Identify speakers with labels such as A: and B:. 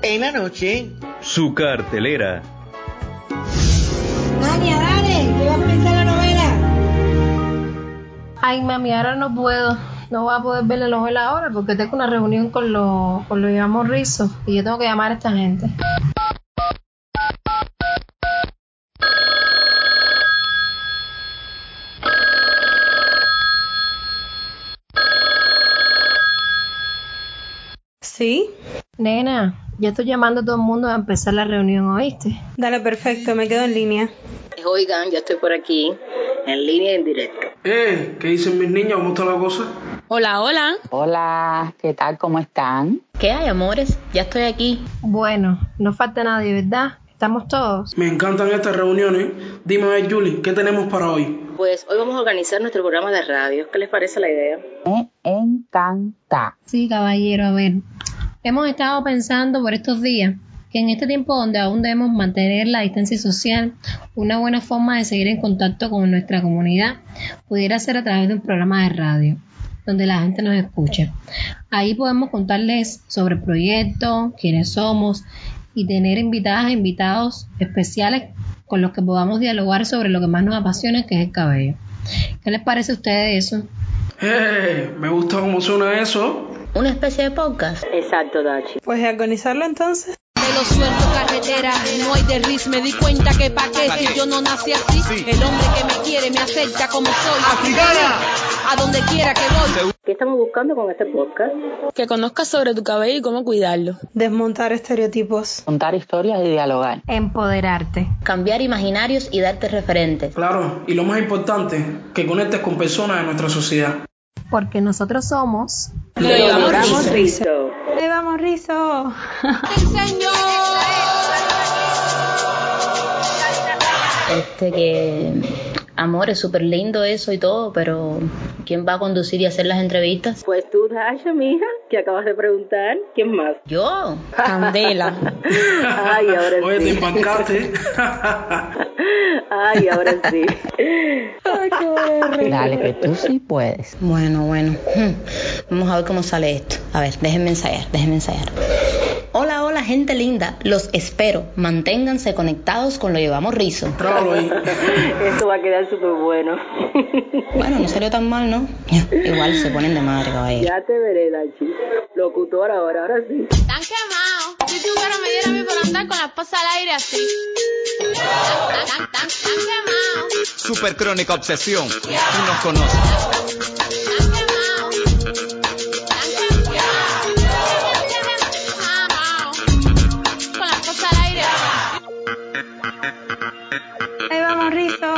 A: Buena noche.
B: Su cartelera.
C: Mania, dale, que va a comenzar la novela.
D: Ay, mami, ahora no puedo. No voy a poder ver la novela ahora porque tengo una reunión con los con los Iván Rizzo y yo tengo que llamar a esta gente.
E: Sí.
D: Nena, ya estoy llamando a todo el mundo a empezar la reunión, ¿oíste?
E: Dale, perfecto, me quedo en línea.
F: Pues, Oigan, ya estoy por aquí, en línea y en directo.
G: Eh, ¿qué dicen mis niñas? ¿Cómo está la cosa?
H: Hola, hola.
I: Hola, ¿qué tal? ¿Cómo están?
H: ¿Qué hay, amores? Ya estoy aquí.
D: Bueno, no falta nadie, ¿verdad? Estamos todos.
G: Me encantan estas reuniones. Dime, a ver, Julie, ¿qué tenemos para hoy?
F: Pues hoy vamos a organizar nuestro programa de radio. ¿Qué les parece la idea?
I: Me encanta.
D: Sí, caballero, a ver. Hemos estado pensando por estos días que en este tiempo donde aún debemos mantener la distancia social, una buena forma de seguir en contacto con nuestra comunidad pudiera ser a través de un programa de radio donde la gente nos escuche. Ahí podemos contarles sobre el proyecto, quiénes somos y tener invitadas e invitados especiales con los que podamos dialogar sobre lo que más nos apasiona, que es el cabello. ¿Qué les parece a ustedes eso?
G: Hey, Eh, me gusta cómo suena eso.
H: Una especie de podcast.
F: Exacto, Dachi.
E: Pues organizarlo entonces.
J: Me lo suelto carretera, no hay de ris, me di cuenta que pa' qué si yo no nací así. Sí. El hombre que me quiere me acepta como soy.
G: ¡Africana!
J: A donde quiera que voy.
F: ¿Qué estamos buscando con este podcast?
H: Que conozcas sobre tu cabello y cómo cuidarlo.
E: Desmontar estereotipos.
I: Contar historias y dialogar.
D: Empoderarte.
H: Cambiar imaginarios y darte referentes.
G: Claro, y lo más importante, que conectes con personas de nuestra sociedad.
D: Porque nosotros somos...
E: Le vamos rizo. Le vamos rizo.
H: Este que... Amor, es súper lindo eso y todo, pero ¿quién va a conducir y hacer las entrevistas?
F: Pues tú, Dasha, mija, que acabas de preguntar. ¿Quién más?
H: Yo, Candela.
F: Ay, ahora
G: Oye,
F: sí.
G: te empancaste.
F: Ay, ahora sí.
H: Ay, qué horror.
I: Dale, que tú sí puedes.
H: Bueno, bueno. Vamos a ver cómo sale esto. A ver, déjenme ensayar, déjenme ensayar. Hola, hola, gente linda. Los espero. Manténganse conectados con Lo Llevamos Rizo.
G: Trábalo ahí.
F: Esto va a quedar súper bueno.
H: Bueno, no salió tan mal, ¿no? Igual se ponen de madre, caballero.
F: Ya te veré, Dachi. Locutor ahora, ahora sí.
K: Tan quemado. Si tú quieres me diera a mí por andar con la esposa al aire así. Tan, tan, tan, tan quemado.
L: Supercrónica Obsesión. Tú nos conoces.
K: Tan quemado. Tan quemado. Con la esposa al aire.
E: Le vamos rizo.